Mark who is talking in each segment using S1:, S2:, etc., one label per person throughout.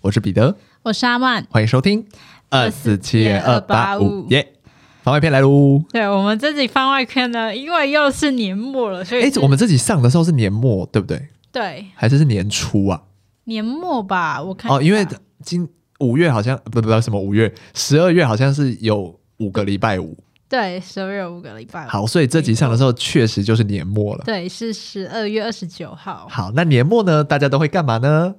S1: 我是彼得，
S2: 我是阿曼。
S1: 欢迎收听二四七二八五
S2: 247
S1: 耶，番外篇来喽！
S2: 对我们这集番外篇呢，因为又是年末了，所以
S1: 哎、
S2: 是
S1: 我们自己上的时候是年末对不对？
S2: 对
S1: 还是是年初啊？
S2: 年末吧，我看
S1: 哦，
S2: 一下
S1: 因为今五月好像不不不什么五月，十二月好像是有五个礼拜五。
S2: 对十二月五个礼拜五，
S1: 好，所以这集上的时候确实就是年末了。
S2: 对是十二月二十九号。
S1: 好，那年末呢，大家都会干嘛呢？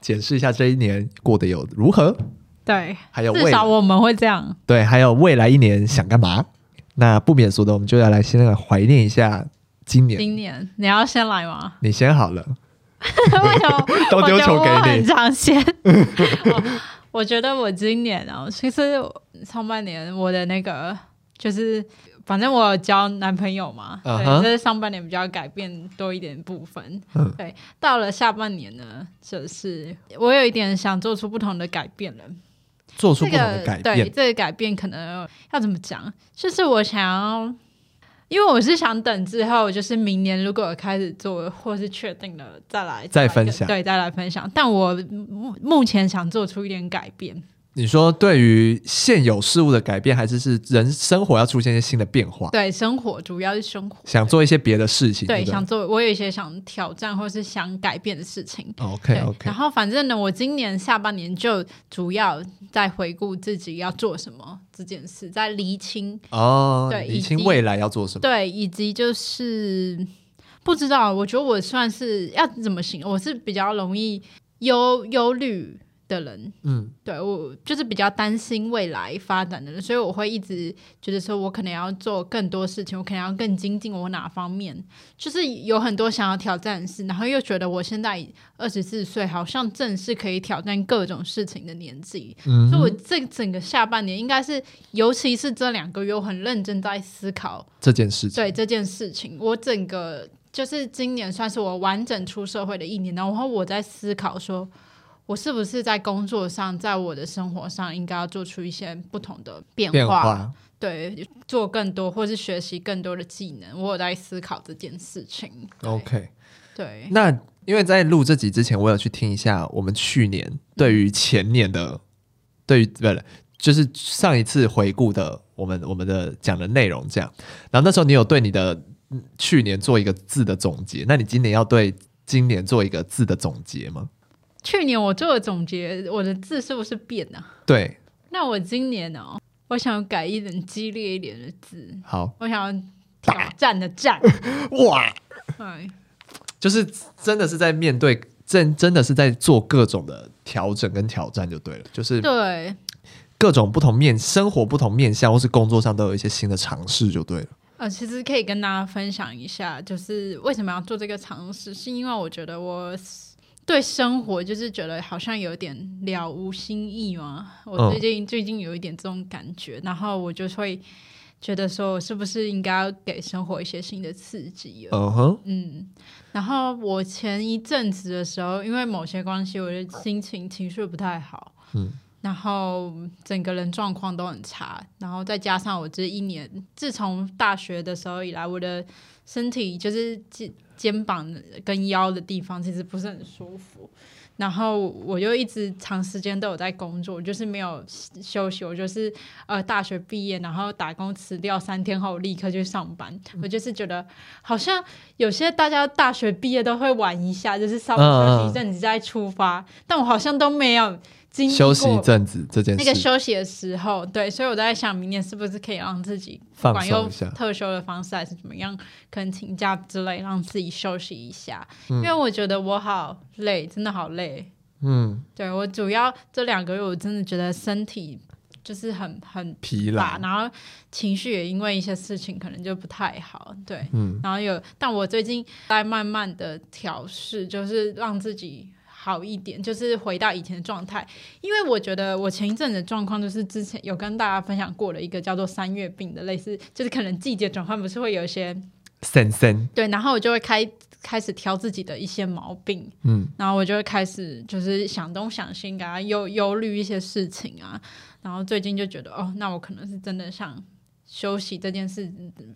S1: 检视一下这一年过得有如何，
S2: 对，
S1: 还有
S2: 至
S1: 未
S2: 少
S1: 来
S2: 我们会这样。
S1: 对，还有未来一年想干嘛。那不免俗的，我们就要来先来怀念一下今年。
S2: 今年你要先来吗？
S1: 你先好了，
S2: 为什么？
S1: 都丢球给你
S2: 我觉得我很常先。 我我觉得我今年啊，其实上半年我的那个就是，反正我有交男朋友嘛
S1: 嗯
S2: 对，
S1: 哼
S2: 这是上半年比较改变多一点部分。
S1: 嗯
S2: 对，到了下半年呢，就是我有一点想做出不同的改变了。
S1: 做出
S2: 这
S1: 不同的
S2: 个
S1: 改
S2: 对
S1: 变。
S2: 这个改变可能要怎么讲？就是我想要，因为我是想等之后，就是明年如果开始做或是确定了再来
S1: 再
S2: 来一个
S1: 分享
S2: 对，再来分享。但我目目前想做出一点改变，
S1: 你说对于现有事物的改变，还是是人生活要出现一些新的变化？
S2: 对生活主要是生活，
S1: 想做一些别的事情，
S2: 对
S1: 对不
S2: 想做我有一些想挑战或是想改变的事情。
S1: OK
S2: 对
S1: OK，
S2: 然后反正呢，我今年下半年就主要在回顾自己要做什么这件事，在厘清
S1: 哦，
S2: 对
S1: 理
S2: 以
S1: 清
S2: 及
S1: 未来要做什么。
S2: 对，以及就是不知道，我觉得我算是要怎么形容，我是比较容易忧忧虑的人，
S1: 嗯，
S2: 对我就是比较担心未来发展的人，所以我会一直觉得说我可能要做更多事情，我可能要更精进我哪方面，就是有很多想要挑战的事，然后又觉得我现在二十四岁，好像正是可以挑战各种事情的年纪，
S1: 嗯
S2: 所以我这整个下半年应该是，尤其是这两个月，我很认真在思考。
S1: 这件事情，
S2: 对这件事情，我整个就是今年算是我完整出社会的一年，然后我在思考说，我是不是在工作上，在我的生活上，应该要做出一些不同的变化，
S1: 变化，
S2: 对，做更多或是学习更多的技能。我有在思考这件事情。对
S1: OK，
S2: 对，
S1: 那因为在录这集之前，我有去听一下我们去年对于前年的，对于不是就是上一次回顾的我们我们的讲的内容这样。然后那时候你有对你的嗯去年做一个字的总结，那你今年要对今年做一个字的总结吗？
S2: 去年我做的总结，我的字是不是变了、
S1: 对，
S2: 那我今年呢、我想改一点激烈一点的字，
S1: 好
S2: 我想要挑战的战，
S1: 哇，
S2: 对。
S1: 就是真的是在面对。真真的是在做各种的调整跟挑战就对了，就是
S2: 对，
S1: 各种不同面生活不同面向或是工作上都有一些新的尝试就对了。
S2: 呃，其实可以跟大家分享一下，就是为什么要做这个尝试，是因为我觉得我 s- 对生活就是觉得好像有点了无新意嘛。我最近、最近有一点这种感觉，然后我就会觉得说，我是不是应该要给生活一些新的刺激了？
S1: 嗯哼，
S2: 嗯，然后我前一阵子的时候，因为某些关系，我的心情情绪不太好，
S1: 嗯，
S2: 然后整个人状况都很差，然后再加上我这一年，自从大学的时候以来，我的身体就是肩肩膀跟腰的地方其实不是很舒服，然后我就一直长时间都有在工作，就是没有休息，我就是呃大学毕业，然后打工辞掉三天后，我立刻去上班，
S1: 嗯
S2: 我就是觉得好像有些大家大学毕业都会玩一下，就是稍微
S1: 嗯
S2: 休息一阵子再出发，但我好像都没有经历
S1: 休息一
S2: 过
S1: 阵子这件
S2: 那
S1: 事，
S2: 个休息的时候，对，所以我在想，明年是不是可以让自己不
S1: 放
S2: 管
S1: 松
S2: 用
S1: 一下
S2: 特休的方式还是怎么样，可能请假之类，让自己休息一下，因为我觉得我好累，真的好累。
S1: 嗯，
S2: 对我主要这两个月，我真的觉得身体就是很很
S1: 疲
S2: 吧，
S1: 劳，
S2: 然后情绪也因为一些事情可能就不太好，对，
S1: 嗯，
S2: 然后有，但我最近在慢慢的调试，就是让自己好一点，就是回到以前的状态，因为我觉得我前一阵子的状况就是之前有跟大家分享过的一个叫做三月病的，类似就是可能季节转换不是会有一些
S1: 森森，
S2: 对，然后我就会开开始挑自己的一些毛病，
S1: 嗯，
S2: 然后我就会开始就是想东想西，给他忧忧虑一些事情啊。然后最近就觉得，哦，那我可能是真的想休息这件事，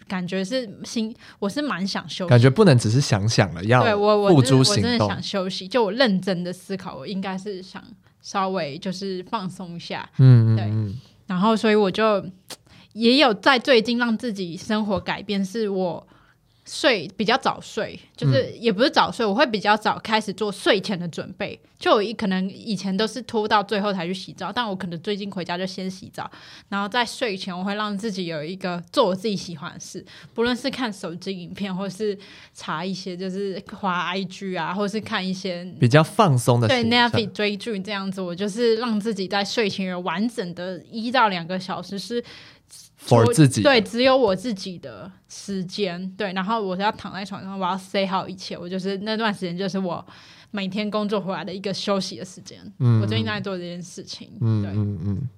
S2: 感觉是心我是蛮想休息
S1: 感。觉不能只是想想了，要
S2: 对我，我
S1: 付
S2: 真的
S1: 诸
S2: 我
S1: 行
S2: 真的
S1: 动。
S2: 想休息，就我认真的思考，我应该是想稍微就是放松一下，
S1: 嗯嗯
S2: 对
S1: 嗯，
S2: 然后所以我就也有在最近让自己生活改变，是我睡比较早睡，就是也不是早睡，我会比较早开始做睡前的准备。就我一可能以前都是拖到最后才去洗澡，但我可能最近回家就先洗澡，然后在睡前我会让自己有一个做我自己喜欢的事，不论是看手机影片，或是查一些就是滑 IG 啊，或是看一些
S1: 比较放松的
S2: 对
S1: 行
S2: n e t f l
S1: 程
S2: i 追剧这样子，我就是让自己在睡前有完整的一到两个小时是
S1: ，for
S2: 我
S1: 自己。
S2: 对只有我自己的时间，对，然后我要躺在床上，我要 say 好一切，我就是那段时间就是我每天工作回来的一个休息的时间。
S1: 嗯
S2: 我最近在做这件事情，
S1: 嗯
S2: 对，
S1: 嗯嗯。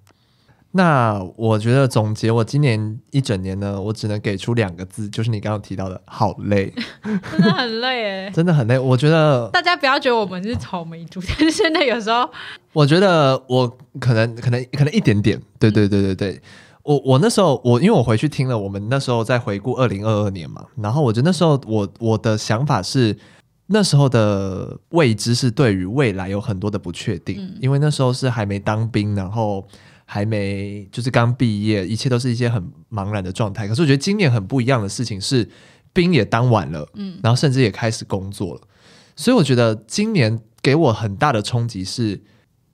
S1: 那我觉得总结我今年一整年呢，我只能给出两个字，就是你刚刚提到的“好 累。
S2: 真的很累诶”，
S1: 真的很累。我觉得，
S2: 大家不要觉得我们是草莓族，但是真的有时候
S1: 我觉得我可能可能可能一点点，对对对对对。我我那时候我因为我回去听了我们那时候在回顾二零二二年嘛，然后我觉得那时候我我的想法是。那时候的未知是对于未来有很多的不确定，因为那时候是还没当兵，然后还没就是刚毕业，一切都是一些很茫然的状态。可是我觉得今年很不一样的事情是，兵也当完了，嗯，然后甚至也开始工作了，所以我觉得今年给我很大的冲击是，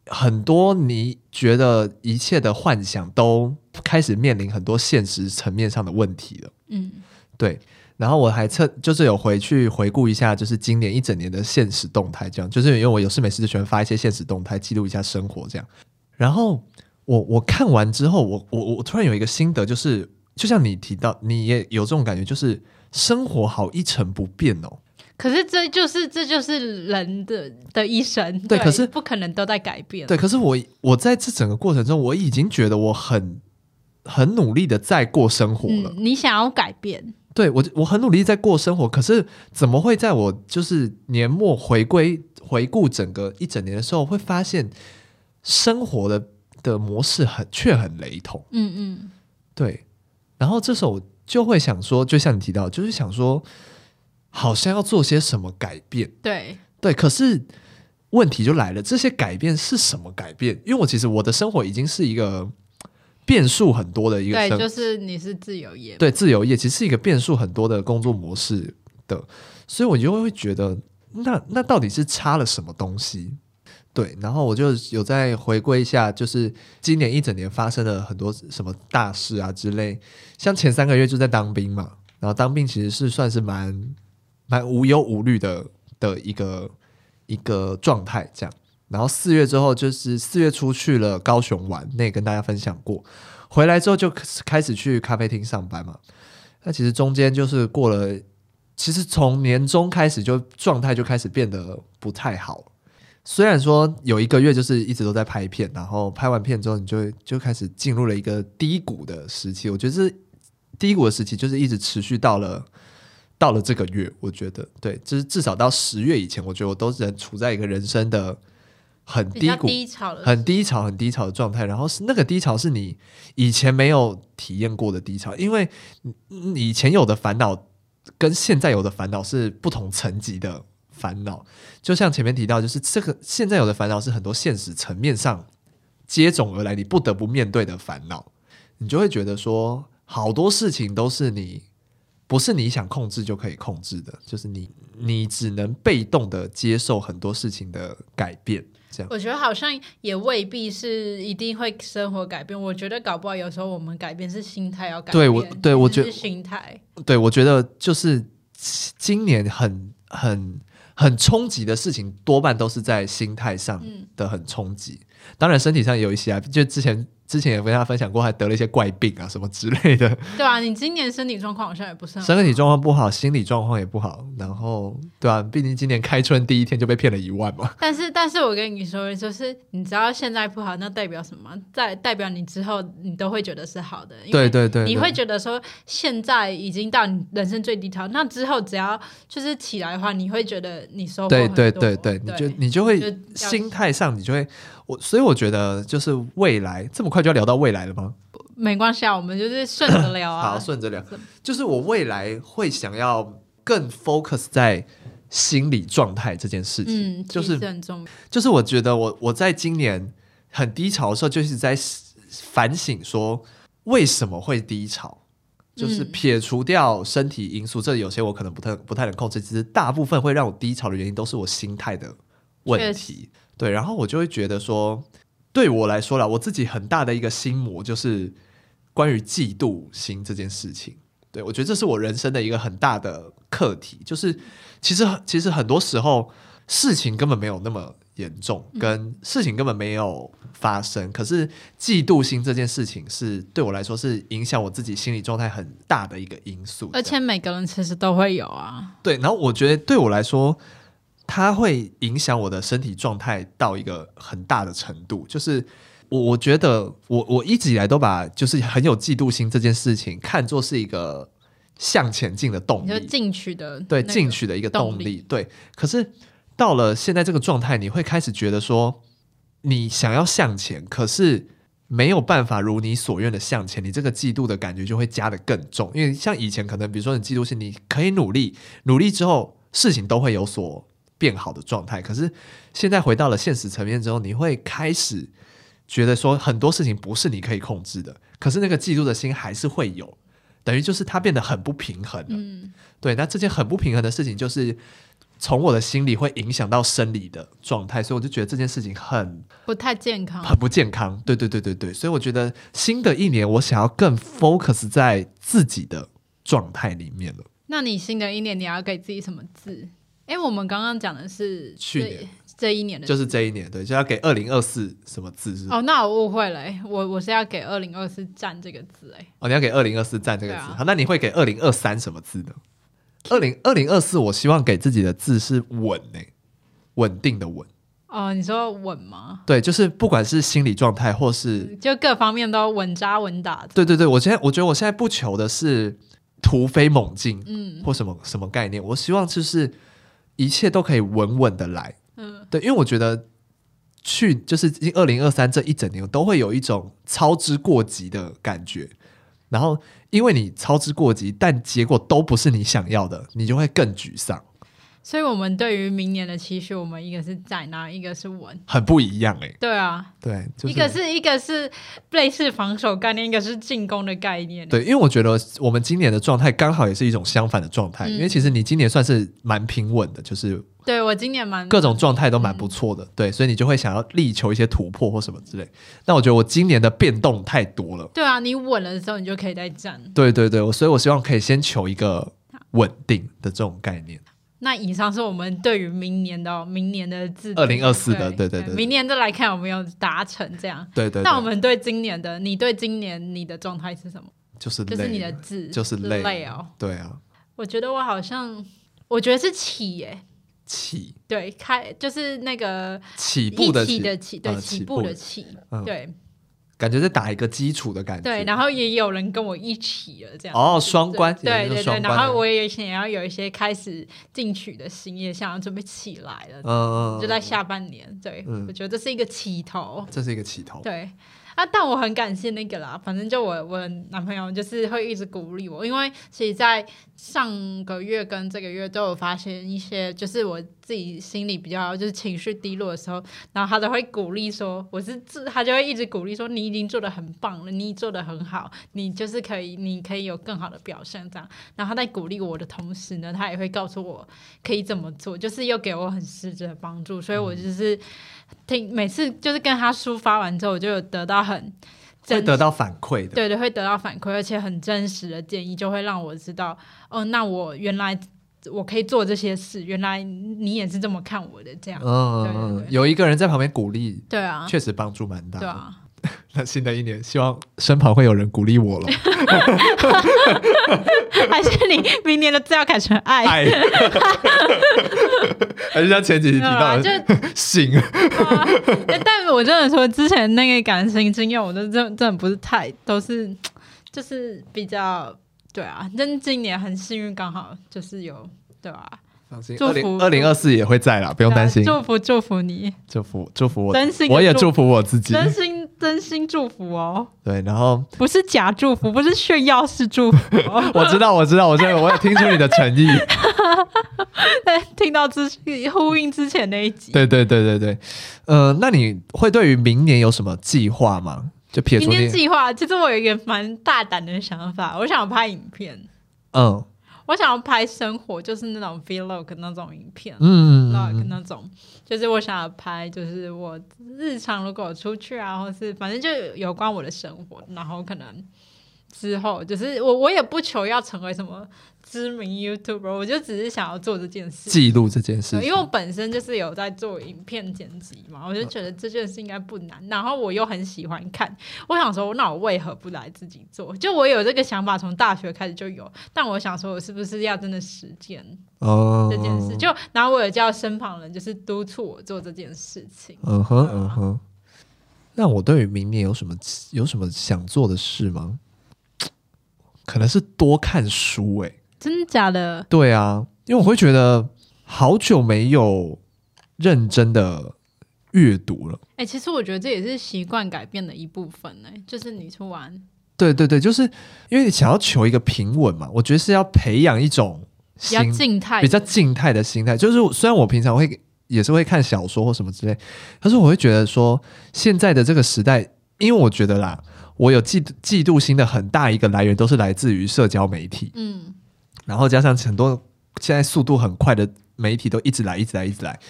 S1: 很多你觉得一切的幻想都开始面临很多现实层面上的问题了。
S2: 嗯
S1: 对，然后我还测就是有回去回顾一下，就是今年一整年的现实动态，这样就是因为我有事没事就喜欢发一些现实动态，记录一下生活这样。然后我我看完之后，我我我突然有一个心得，就是就像你提到，你也有这种感觉，就是生活好一成不变哦。
S2: 可是这就是这就是人的的一生，
S1: 对可是
S2: 不可能都在改变。
S1: 对，可是我我在这整个过程中，我已经觉得我很很努力的在过生活了。
S2: 嗯，你想要改变，
S1: 对我就，我很努力在过生活，可是怎么会在我就是年末回归回顾整个一整年的时候，会发现生活的的模式很却很雷同。
S2: 嗯嗯，
S1: 对，然后这时候我就会想说，就像你提到，就是想说，好像要做些什么改变。
S2: 对，
S1: 对，可是问题就来了，这些改变是什么改变？因为我其实我的生活已经是一个变数很多的一个
S2: 对，
S1: 生
S2: 就是你是自由业，
S1: 对自由业其实是一个变数很多的工作模式的，所以我就会觉得，那那到底是差了什么东西？对，然后我就有在回归一下，就是今年一整年发生了很多什么大事啊之类，像前三个月就在当兵嘛，然后当兵其实是算是蛮蛮无忧无虑的的一个一个状态这样。然后四月之后就是四月出去了高雄玩，那也跟大家分享过。回来之后就开始去咖啡厅上班嘛。那其实中间就是过了，其实从年中开始就状态就开始变得不太好。虽然说有一个月就是一直都在拍片，然后拍完片之后你就会就开始进入了一个低谷的时期。我觉得这低谷的时期就是一直持续到了到了这个月，我觉得对，就是至少到十月以前，我觉得我都人处在一个人生的很
S2: 比
S1: 低
S2: 较
S1: 谷
S2: 低潮的，
S1: 很低潮、很低潮的状态。然后是那个低潮是你以前没有体验过的低潮，因为你你以前有的烦恼跟现在有的烦恼是不同层级的烦恼。就像前面提到，就是这个现在有的烦恼是很多现实层面上接踵而来，你不得不面对的烦恼，你就会觉得说，好多事情都是你。不是你想控制就可以控制的，就是你，你只能被动的接受很多事情的改变，这样。
S2: 我觉得好像也未必是一定会生活改变，我觉得搞不好有时候我们改变是心态要改变，
S1: 对我对我觉
S2: 是心态，
S1: 对，我觉得就是今年很很很冲击的事情，多半都是在心态上
S2: 嗯
S1: 的很冲击。当然，身体上也有一些啊，就之前之前也跟大家分享过，还得了一些怪病啊什么之类的，
S2: 对啊，你今年身体状况好像也不是很，
S1: 身体状况不好，心理状况也不好，然后对啊，毕竟今年开春第一天就被骗了一万嘛。
S2: 但是但是我跟你说，就是你知道现在不好，那代表什么？代代表你之后你都会觉得是好的，因为
S1: 对对对，
S2: 你
S1: 对
S2: 会觉得说现在已经到你人生最低潮，那之后只要就是起来的话，你会觉得你收获
S1: 对
S2: 很
S1: 对
S2: 多
S1: 对对，你就你就会
S2: 就要
S1: 心态上你就会我，所以我觉得就是未来这么快就要聊到未来了吗？
S2: 没关系啊，我们就是顺着聊啊。
S1: 好，顺着聊，就是我未来会想要更 focus 在心理状态这件事情。
S2: 嗯，
S1: 就
S2: 其实
S1: 是
S2: 很重要。
S1: 就是我觉得我我在今年很低潮的时候，就是在反省说为什么会低潮。就是
S2: 嗯
S1: 撇除掉身体因素，这有些我可能不太不太能控制，只是大部分会让我低潮的原因都是我心态的问题。对，然后我就会觉得说，对我来说啦，我自己很大的一个心魔就是关于嫉妒心这件事情。对我觉得这是我人生的一个很大的课题，就是其实其实很多时候事情根本没有那么严重，
S2: 嗯
S1: 跟事情根本没有发生，可是嫉妒心这件事情是对我来说是影响我自己心理状态很大的一个因素。
S2: 而且每个人其实都会有啊。
S1: 对，然后我觉得对我来说，它会影响我的身体状态到一个很大的程度。就是我我觉得我我一直以来都把就是很有嫉妒心这件事情看作是一个向前进的动
S2: 你就
S1: 力，
S2: 进取的、
S1: 对进，取的一个动
S2: 动
S1: 力。
S2: 力
S1: 对，可是到了现在这个状态，你会开始觉得说，你想要向前，可是。没有办法如你所愿的向前，你这个嫉妒的感觉就会加的更重。因为像以前可能，比如说你嫉妒心，你可以努力，努力之后事情都会有所变好的状态。可是现在回到了现实层面之后，你会开始觉得说很多事情不是你可以控制的，可是那个嫉妒的心还是会有，等于就是它变得很不平衡了。
S2: 嗯，
S1: 对，那这件很不平衡的事情，就是从我的心理会影响到生理的状态，所以我就觉得这件事情很
S2: 不太健康。
S1: 很不健康。对对对对对，所以我觉得新的一年，我想要更 focus 在自己的状态里面了。
S2: 那你新的一年你要给自己什么字？哎，我们刚刚讲的是
S1: 去
S2: 这
S1: 年
S2: 这一年的
S1: 就是这一年，对，就要给二零二四什么字是不是？
S2: 哦，那我误会了，诶我我是要给二零二四站这个字，哎，
S1: 哦，你要给二零二四赞这个字，
S2: 对啊
S1: 好，那你会给二零二三什么字呢？二零二零二四，我希望给自己的字是稳呢、稳定的稳。
S2: 哦，你说稳吗？
S1: 对，就是不管是心理状态或是
S2: 就各方面都稳扎稳打的，
S1: 对对对，我现在我觉得我现在不求的是突飞猛进
S2: 嗯
S1: 或什么什么概念，我希望就是一切都可以稳稳的来。
S2: 嗯，
S1: 对，因为我觉得去就是二零二三这一整年都会有一种操之过急的感觉，然后因为你操之过急，但结果都不是你想要的，你就会更沮丧，
S2: 所以我们对于明年的期许，我们一个是站，然后一个是稳，
S1: 很不一样哎、
S2: 对啊，
S1: 对，就
S2: 一个是一个是类似防守概念，一个是进攻的概念，
S1: 对，因为我觉得我们今年的状态刚好也是一种相反的状态，
S2: 嗯
S1: 因为其实你今年算是蛮平稳的，就是
S2: 对我今年蛮
S1: 各种状态都蛮不错的，对，所以你就会想要力求一些突破或什么之类。那我觉得我今年的变动太多了，
S2: 对啊，你稳了的时候，你就可以再站。
S1: 对对对，我所以我希望可以先求一个稳定的这种概念。
S2: 那以上是我们对于明年的哦明年的字典，
S1: 2024的对对对对
S2: 明年再来看有没有达成这样。
S1: 对对对，
S2: 那我们对今年的，你对今年你的状态是什么？
S1: 就是累，
S2: 就是你的字，
S1: 就是累
S2: 累哦。
S1: 对啊，
S2: 我觉得我好像，我觉得是起耶，
S1: 起
S2: 对，开就是那个
S1: 起步
S2: 一
S1: 的
S2: 起
S1: 起，
S2: 的起，对，
S1: 呃
S2: 起
S1: 起
S2: 步
S1: 步
S2: 的
S1: 的
S2: 起
S1: 嗯，
S2: 对
S1: 感觉在打一个基础的感觉。
S2: 对。然后也有人跟我一起了这样。
S1: 哦，双关，
S2: 对
S1: 也就是
S2: 对
S1: 双
S2: 对，
S1: 关
S2: 然后我也想要有一些开始进取的心，也想要准备起来了，
S1: 嗯嗯，
S2: 就在下半年。对，
S1: 嗯
S2: 我觉得这是一个起头。
S1: 这是一个起头。
S2: 对啊，但我很感谢那个啦，反正就我我男朋友就是会一直鼓励我，因为其实，在上个月跟这个月都有发现一些，就是我自己心里比较就是情绪低落的时候，然后他都会鼓励说，我是自他就会一直鼓励说，你已经做的很棒了，你做的很好，你就是可以，你可以有更好的表现这样。然后他在鼓励我的同时呢，他也会告诉我可以怎么做，就是又给我很实质的帮助，所以我就是听每次就是跟他抒发完之后，我就有得到很
S1: 会
S2: 真
S1: 得到反馈的，
S2: 对对，会得到反馈，而且很真实的建议，就会让我知道，哦，那我原来我可以做这些事，原来你也是这么看我的这样
S1: 嗯，。嗯
S2: 对啊对
S1: 嗯，
S2: 对
S1: 有一个人在旁边鼓励，
S2: 对啊，
S1: 确实帮助蛮大。
S2: 对，啊，
S1: 那新的一年，希望身旁会有人鼓励我 了。
S2: 还是你明年的字要改成爱，
S1: 爱，还是像前几集
S2: 对
S1: 提到
S2: 吧？啊就呃
S1: 的醒，
S2: 但我真的说，之前那个感情经验，我都真真的不是太都是，就是比较对啊。但今年很幸运，刚好就是有对吧、
S1: 放心，二
S2: 祝
S1: 零
S2: 福
S1: 二零二四也会在啦，不
S2: 不
S1: 用担心。
S2: 祝福祝福你，
S1: 祝福祝福我
S2: 真心，的
S1: 我也
S2: 祝
S1: 祝福我自己。
S2: 真心真心祝福哦，
S1: 对，然后
S2: 不是假祝福，不是炫耀式祝福 哦。
S1: 我知道，我知道，我知道，我有听出你的诚意。
S2: 听到之呼应之前那一集，
S1: 对对对对对，呃，那你会对于明年有什么计划吗？就撇除
S2: 明天
S1: 你，
S2: 计划，其实我有一个蛮大胆的想法，我想拍影片，
S1: 嗯
S2: 我想要拍生活，就是那种 vlog 那种影片。
S1: 嗯
S2: vlog
S1: 嗯
S2: 那种，就是我想要拍，就是我日常如果我出去啊，或是反正就有关我的生活，然后可能之后就是我我也不求要成为什么知名 YouTuber，我就只是想要做这件事。
S1: 记录这件事
S2: 对，
S1: 情
S2: 因为我本身就是有在做影片剪辑嘛，
S1: 嗯
S2: 我就觉得这件事应该不难。然后我又很喜欢看，我想说，那我为何不来自己做？就我有这个想法，从大学开始就有，但我想说，我是不是要真的实践
S1: 哦
S2: 这件事？就然后我有叫身旁人，就是督促我做这件事情。
S1: 嗯哼嗯哼。那我对于明年有什么有什么想做的事吗？可能是多看书诶、
S2: 真的假的？
S1: 对啊，因为我会觉得好久没有认真的阅读了。
S2: 哎、其实我觉得这也是习惯改变的一部分呢、欸就是你出完
S1: 对对对，就是因为你想要求一个平稳嘛，我觉得是要培养一种
S2: 比较
S1: 心
S2: 静态的，
S1: 比较静态的心态。就是虽然我平常会也是会看小说或什么之类，但是我会觉得说现在的这个时代，因为我觉得啦，我有嫉妒嫉妒心的很大一个来源都是来自于社交媒体，
S2: 嗯，
S1: 然后加上很多现在速度很快的媒体都一直来，一直来，一直来，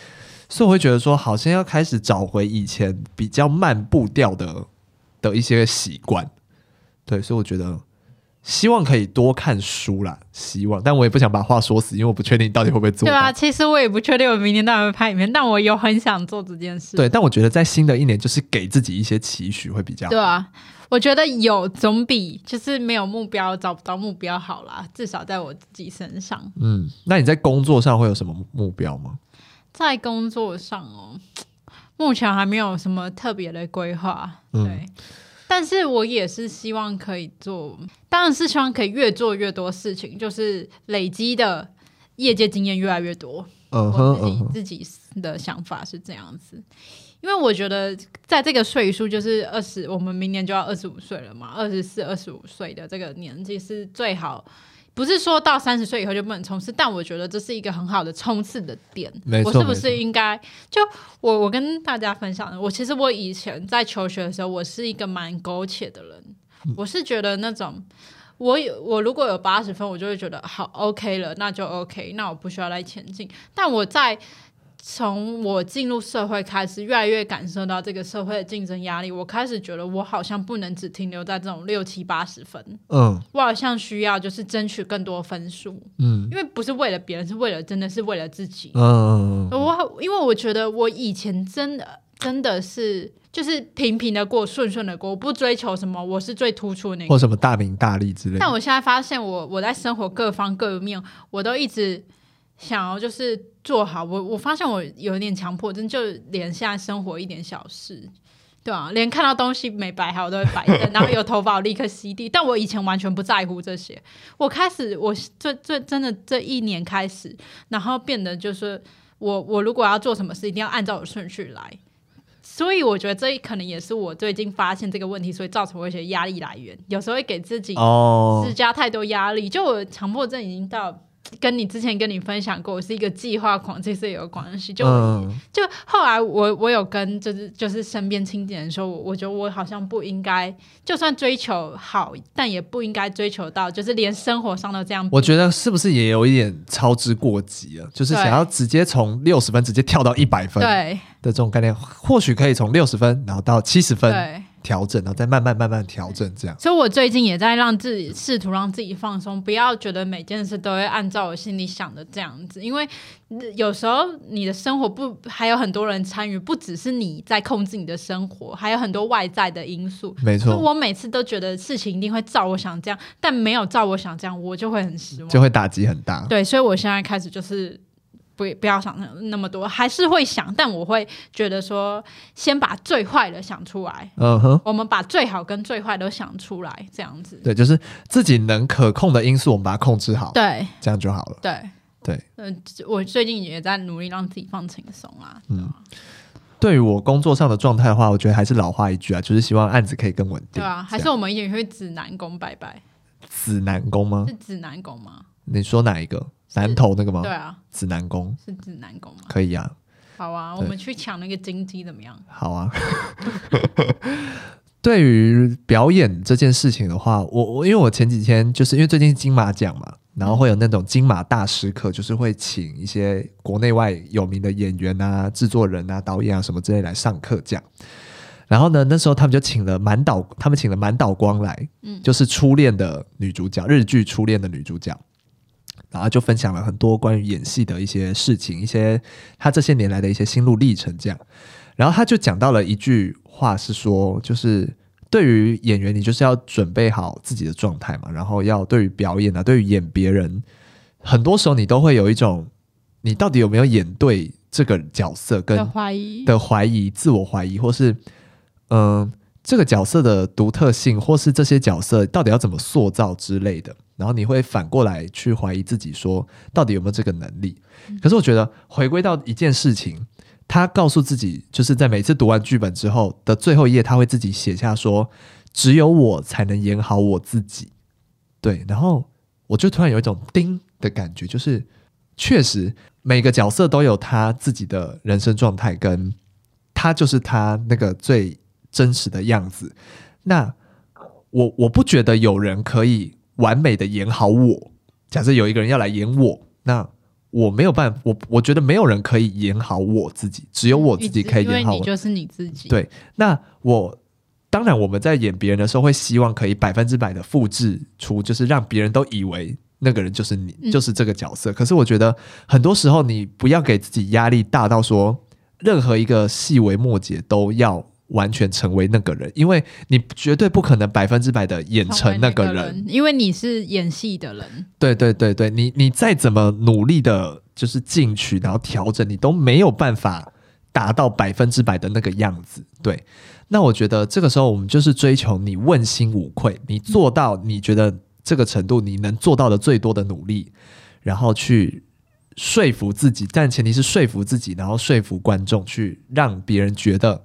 S1: 所以我会觉得说，好像要开始找回以前比较慢步调的的一些习惯。对，所以我觉得希望可以多看书啦，希望，但我也不想把话说死，因为我不确定到底会不会做
S2: 对
S1: 到。
S2: 啊。其实我也不确定我明天到底会拍影片，但我有很想做这件事。
S1: 对，但我觉得在新的一年，就是给自己一些期许会比较好
S2: 对啊，我觉得有总比就是没有目标找不到目标好啦。至少在我自己身上，
S1: 嗯，那你在工作上会有什么目标吗？
S2: 在工作上哦，目前还没有什么特别的规划。
S1: 嗯
S2: 对，但是我也是希望可以做，当然是希望可以越做越多事情，就是累积的业界经验越来越多。
S1: 嗯
S2: 我
S1: 哼嗯
S2: 自己
S1: 哼，
S2: 自己的想法是这样子，因为我觉得在这个岁数，就是二十，我们明年就要二十五岁了嘛，二十四、二十五岁的这个年纪是最好。不是说到三十岁以后就不能冲刺，但我觉得这是一个很好的冲刺的点。
S1: 没错
S2: 我是不
S1: 没
S2: 是
S1: 错
S2: 应该就我我跟大家分享的，我其实我以前在求学的时候，我是一个蛮苟且的人，
S1: 嗯
S2: 我是觉得那种我有我如果有八十分，我就会觉得好 OK 了，那就 OK，那我不需要再前进。但我在从我进入社会开始，越来越感受到这个社会的竞争压力，我开始觉得我好像不能只停留在这种六七八十分，
S1: 嗯
S2: 我好像需要就是争取更多分数，
S1: 嗯
S2: 因为不是为了别人，是为了真的是为了自己。
S1: 嗯嗯
S2: 我因为我觉得我以前真的真的是就是平平的过，顺顺的过，我不追求什么，我是最突出的那
S1: 嗯，
S2: 个
S1: 或。什么大名大利之类
S2: 但
S1: 的。
S2: 我现在发现我，我在生活各方各面，我都一直想要就是做好。我我发现我有一点强迫症，就连现在生活一点小事，对啊，连看到东西没摆好我都会摆正，然后有头发我立刻吸地。但我以前完全不在乎这些，我开始我这这真的这一年开始，然后变得就是我我如果要做什么事，一定要按照我顺序来。所以我觉得这可能也是我最近发现这个问题，所以造成我一些压力来源。有时候会给自己
S1: 哦
S2: 施，加太多压力。就我强迫症已经到跟你之前跟你分享过，我是一个计划狂，这是也有关系。就、
S1: 嗯
S2: 就后来我我有跟就是就是身边亲近的人说，我我觉得我好像不应该，就算追求好，但也不应该追求到就是连生活上都这样。
S1: 我觉得是不是也有一点操之过急了？就是
S2: 对
S1: 想要直接从六十分直接跳到一百分的
S2: 对
S1: 这种概念，或许可以从六十分然后到七十分
S2: 对，
S1: 调整，然后再慢慢慢慢调整这样。
S2: 所以我最近也在让自己试图让自己放松，不要觉得每件事都会按照我心里想的这样子，因为呃有时候你的生活不还有很多人参与，不只是你在控制你的生活，还有很多外在的因素。
S1: 没
S2: 所以
S1: 错，
S2: 我每次都觉得事情一定会照我想这样，但没有照我想这样，我就会很失望
S1: 就。会打击很大。
S2: 对，所以我现在开始就是不不要想那么多，还是会想，但我会觉得说，先把最坏的想出来，
S1: 嗯哼，
S2: 我们把最好跟最坏都想出来，这样子。
S1: 对，就是自己能可控的因素，我们把它控制好，
S2: 对
S1: 这样就好了。
S2: 对呃
S1: 对，
S2: 嗯、我最近也在努力让自己放轻松啊。
S1: 嗯对于我工作上的状态的话，我觉得还是老话一句啊，就是希望案子可以更稳定。
S2: 对啊，还
S1: 这
S2: 是
S1: 样
S2: 我们一定会指南宫拜拜，
S1: 指南宫吗？
S2: 是指南宫吗？
S1: 你说哪一个？南投那个吗
S2: 对？啊，
S1: 指南宫
S2: 是指南宫吗？
S1: 可以啊，
S2: 好啊，我
S1: 对
S2: 们去抢那个金鸡怎么样？
S1: 好啊。 对于表演这件事情的话，我我因为我前几天就是因为最近金马奖嘛，然后会有那种金马大师课，就是会请一些国内外有名的演员啊、制作人啊、导演啊什么之类来上课这样。然后呢，那时候他们就请了满岛，他们请了满岛光来，
S2: 嗯
S1: 就是初恋的女主角，日剧初恋的女主角。然后就分享了很多关于演戏的一些事情，一些她这些年来的一些心路历程这样。然后他就讲到了一句话，是说，就是对于演员，你就是要准备好自己的状态嘛，然后要对于表演啊，对于演别人，很多时候你都会有一种，你到底有没有演对这个角色跟
S2: 的怀疑，
S1: 的怀疑、自我怀疑，或是嗯、这个角色的独特性，或是这些角色到底要怎么塑造之类的。然后你会反过来去怀疑自己说到底有没有这个能力。可是我觉得回归到一件事情，他告诉自己，就是在每次读完剧本之后的最后一页，他会自己写下说，只有我才能演好我自己。对，然后我就突然有一种叮的感觉，就是确实每个角色都有他自己的人生状态，跟他就是他那个最真实的样子。那我我不觉得有人可以完美的演好我。假设有一个人要来演我，那我没有办法，我我觉得没有人可以演好我自己，只有我自己可以
S2: 因为
S1: 演好
S2: 你
S1: 我。
S2: 就是你自己。
S1: 对那我当然我们在演别人的时候，会希望可以百分之百的复制出，就是让别人都以为那个人就是你，
S2: 嗯
S1: 就是这个角色。可是我觉得很多时候，你不要给自己压力大到说，任何一个细微末节都要。完全成为那个人，因为你绝对不可能百分之百的演
S2: 成为
S1: 成
S2: 那
S1: 个人。
S2: 人，因为你是演戏的人，
S1: 对对对对，你你再怎么努力的，就是进取，然后调整，你都没有办法达到百分之百的那个样子。对，那我觉得这个时候我们就是追求你问心无愧，你做到你觉得这个程度，你能做到的最多的努力，然后去说服自己，但前提是说服自己，然后说服观众，去让别人觉得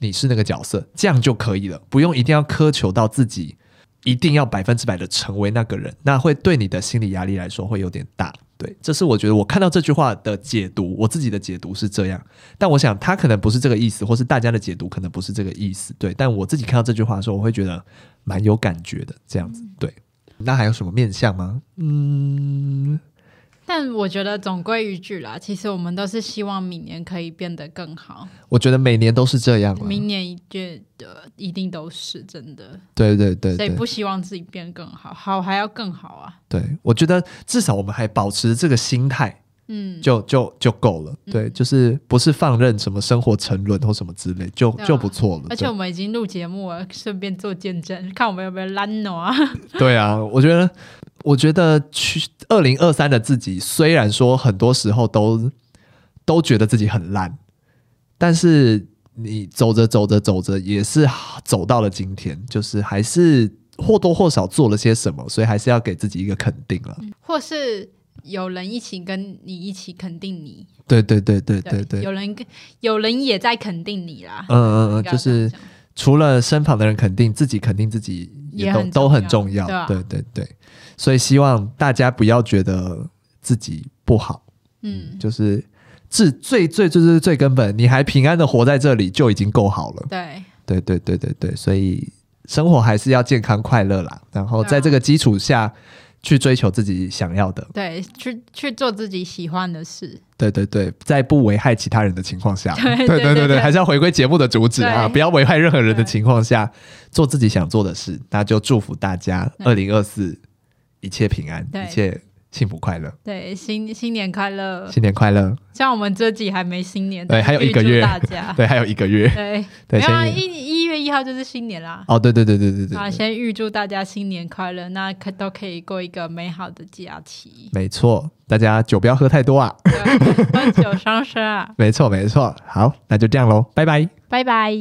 S1: 你是那个角色，这样就可以了，不用一定要苛求到自己一定要百分之百的成为那个人，那会对你的心理压力来说会有点大。对，这是我觉得我看到这句话的解读，我自己的解读是这样，但我想他可能不是这个意思，或是大家的解读可能不是这个意思。对，但我自己看到这句话的时候，我会觉得蛮有感觉的，这样子。对，那还有什么面相吗？嗯，
S2: 但我觉得总归一句啦，其实我们都是希望明年可以变得更好，
S1: 我觉得每年都是这样啦啊
S2: 明年一定呃一定都是真的，
S1: 对对对
S2: 所以
S1: 对
S2: 不希望自己变更好，好还要更好啊，
S1: 对，我觉得至少我们还保持这个心态，
S2: 嗯，
S1: 就就就够了。对，就是不是放任什么生活沉沦或什么之类，就
S2: 对啊
S1: 就不错了。
S2: 而且我们已经录节目了，顺便做见证， 看我们有没有懒惰啊。
S1: 对对啊，我觉得，我觉得去二零二三的自己，虽然说很多时候都都觉得自己很烂，但是你走着走着走着，也是走到了今天，就是还是或多或少做了些什么，所以还是要给自己一个肯定了。
S2: 或是有人一起跟你一起肯定你，
S1: 对对对对对对，
S2: 有人跟有人也在肯定你啦，
S1: 嗯嗯嗯，
S2: 应该
S1: 就
S2: 要这
S1: 是。
S2: 样讲
S1: 除了身旁的人肯定，自己肯定自己也
S2: 也
S1: 都
S2: 很重
S1: 都很
S2: 要
S1: 重要。
S2: 对啊
S1: 对对对，所以希望大家不要觉得自己不好，
S2: 嗯，
S1: 就是至最最最最最根本，你还平安的活在这里就已经够好了。
S2: 对，
S1: 对对对对对，所以生活还是要健康快乐啦，然后
S2: 对啊
S1: 在这个基础下去追求自己想要的。
S2: 对，去去做自己喜欢的事，
S1: 对对对，在不危害其他人的情况下，
S2: 对对
S1: 对
S2: 对
S1: 对，
S2: 对
S1: 还是要回归节目的主旨啊，
S2: 对
S1: 不要危害任何人的
S2: 对
S1: 情况下，做自己想做的事。那就祝福大家二
S2: 对
S1: 零二四一切平安，
S2: 对
S1: 一切幸福快乐，
S2: 对，新新年快乐！
S1: 新年快乐！
S2: 虽然我们这集还没新年，
S1: 对
S2: 但是
S1: 还有一个
S2: 预祝
S1: 月
S2: 大家
S1: 对，还有一个月，
S2: 对，
S1: 对，
S2: 没有啊，
S1: 先
S2: 一一月一号就是新年啦。
S1: 哦，对对对对对对
S2: 啊，
S1: 对，，
S2: 先预祝大家新年快乐，那可都可以过一个美好的假期
S1: 没错，大家酒不要喝太多啊，
S2: 对喝酒伤身啊！
S1: 没错没错，好，那就这样喽，拜拜。
S2: 拜拜。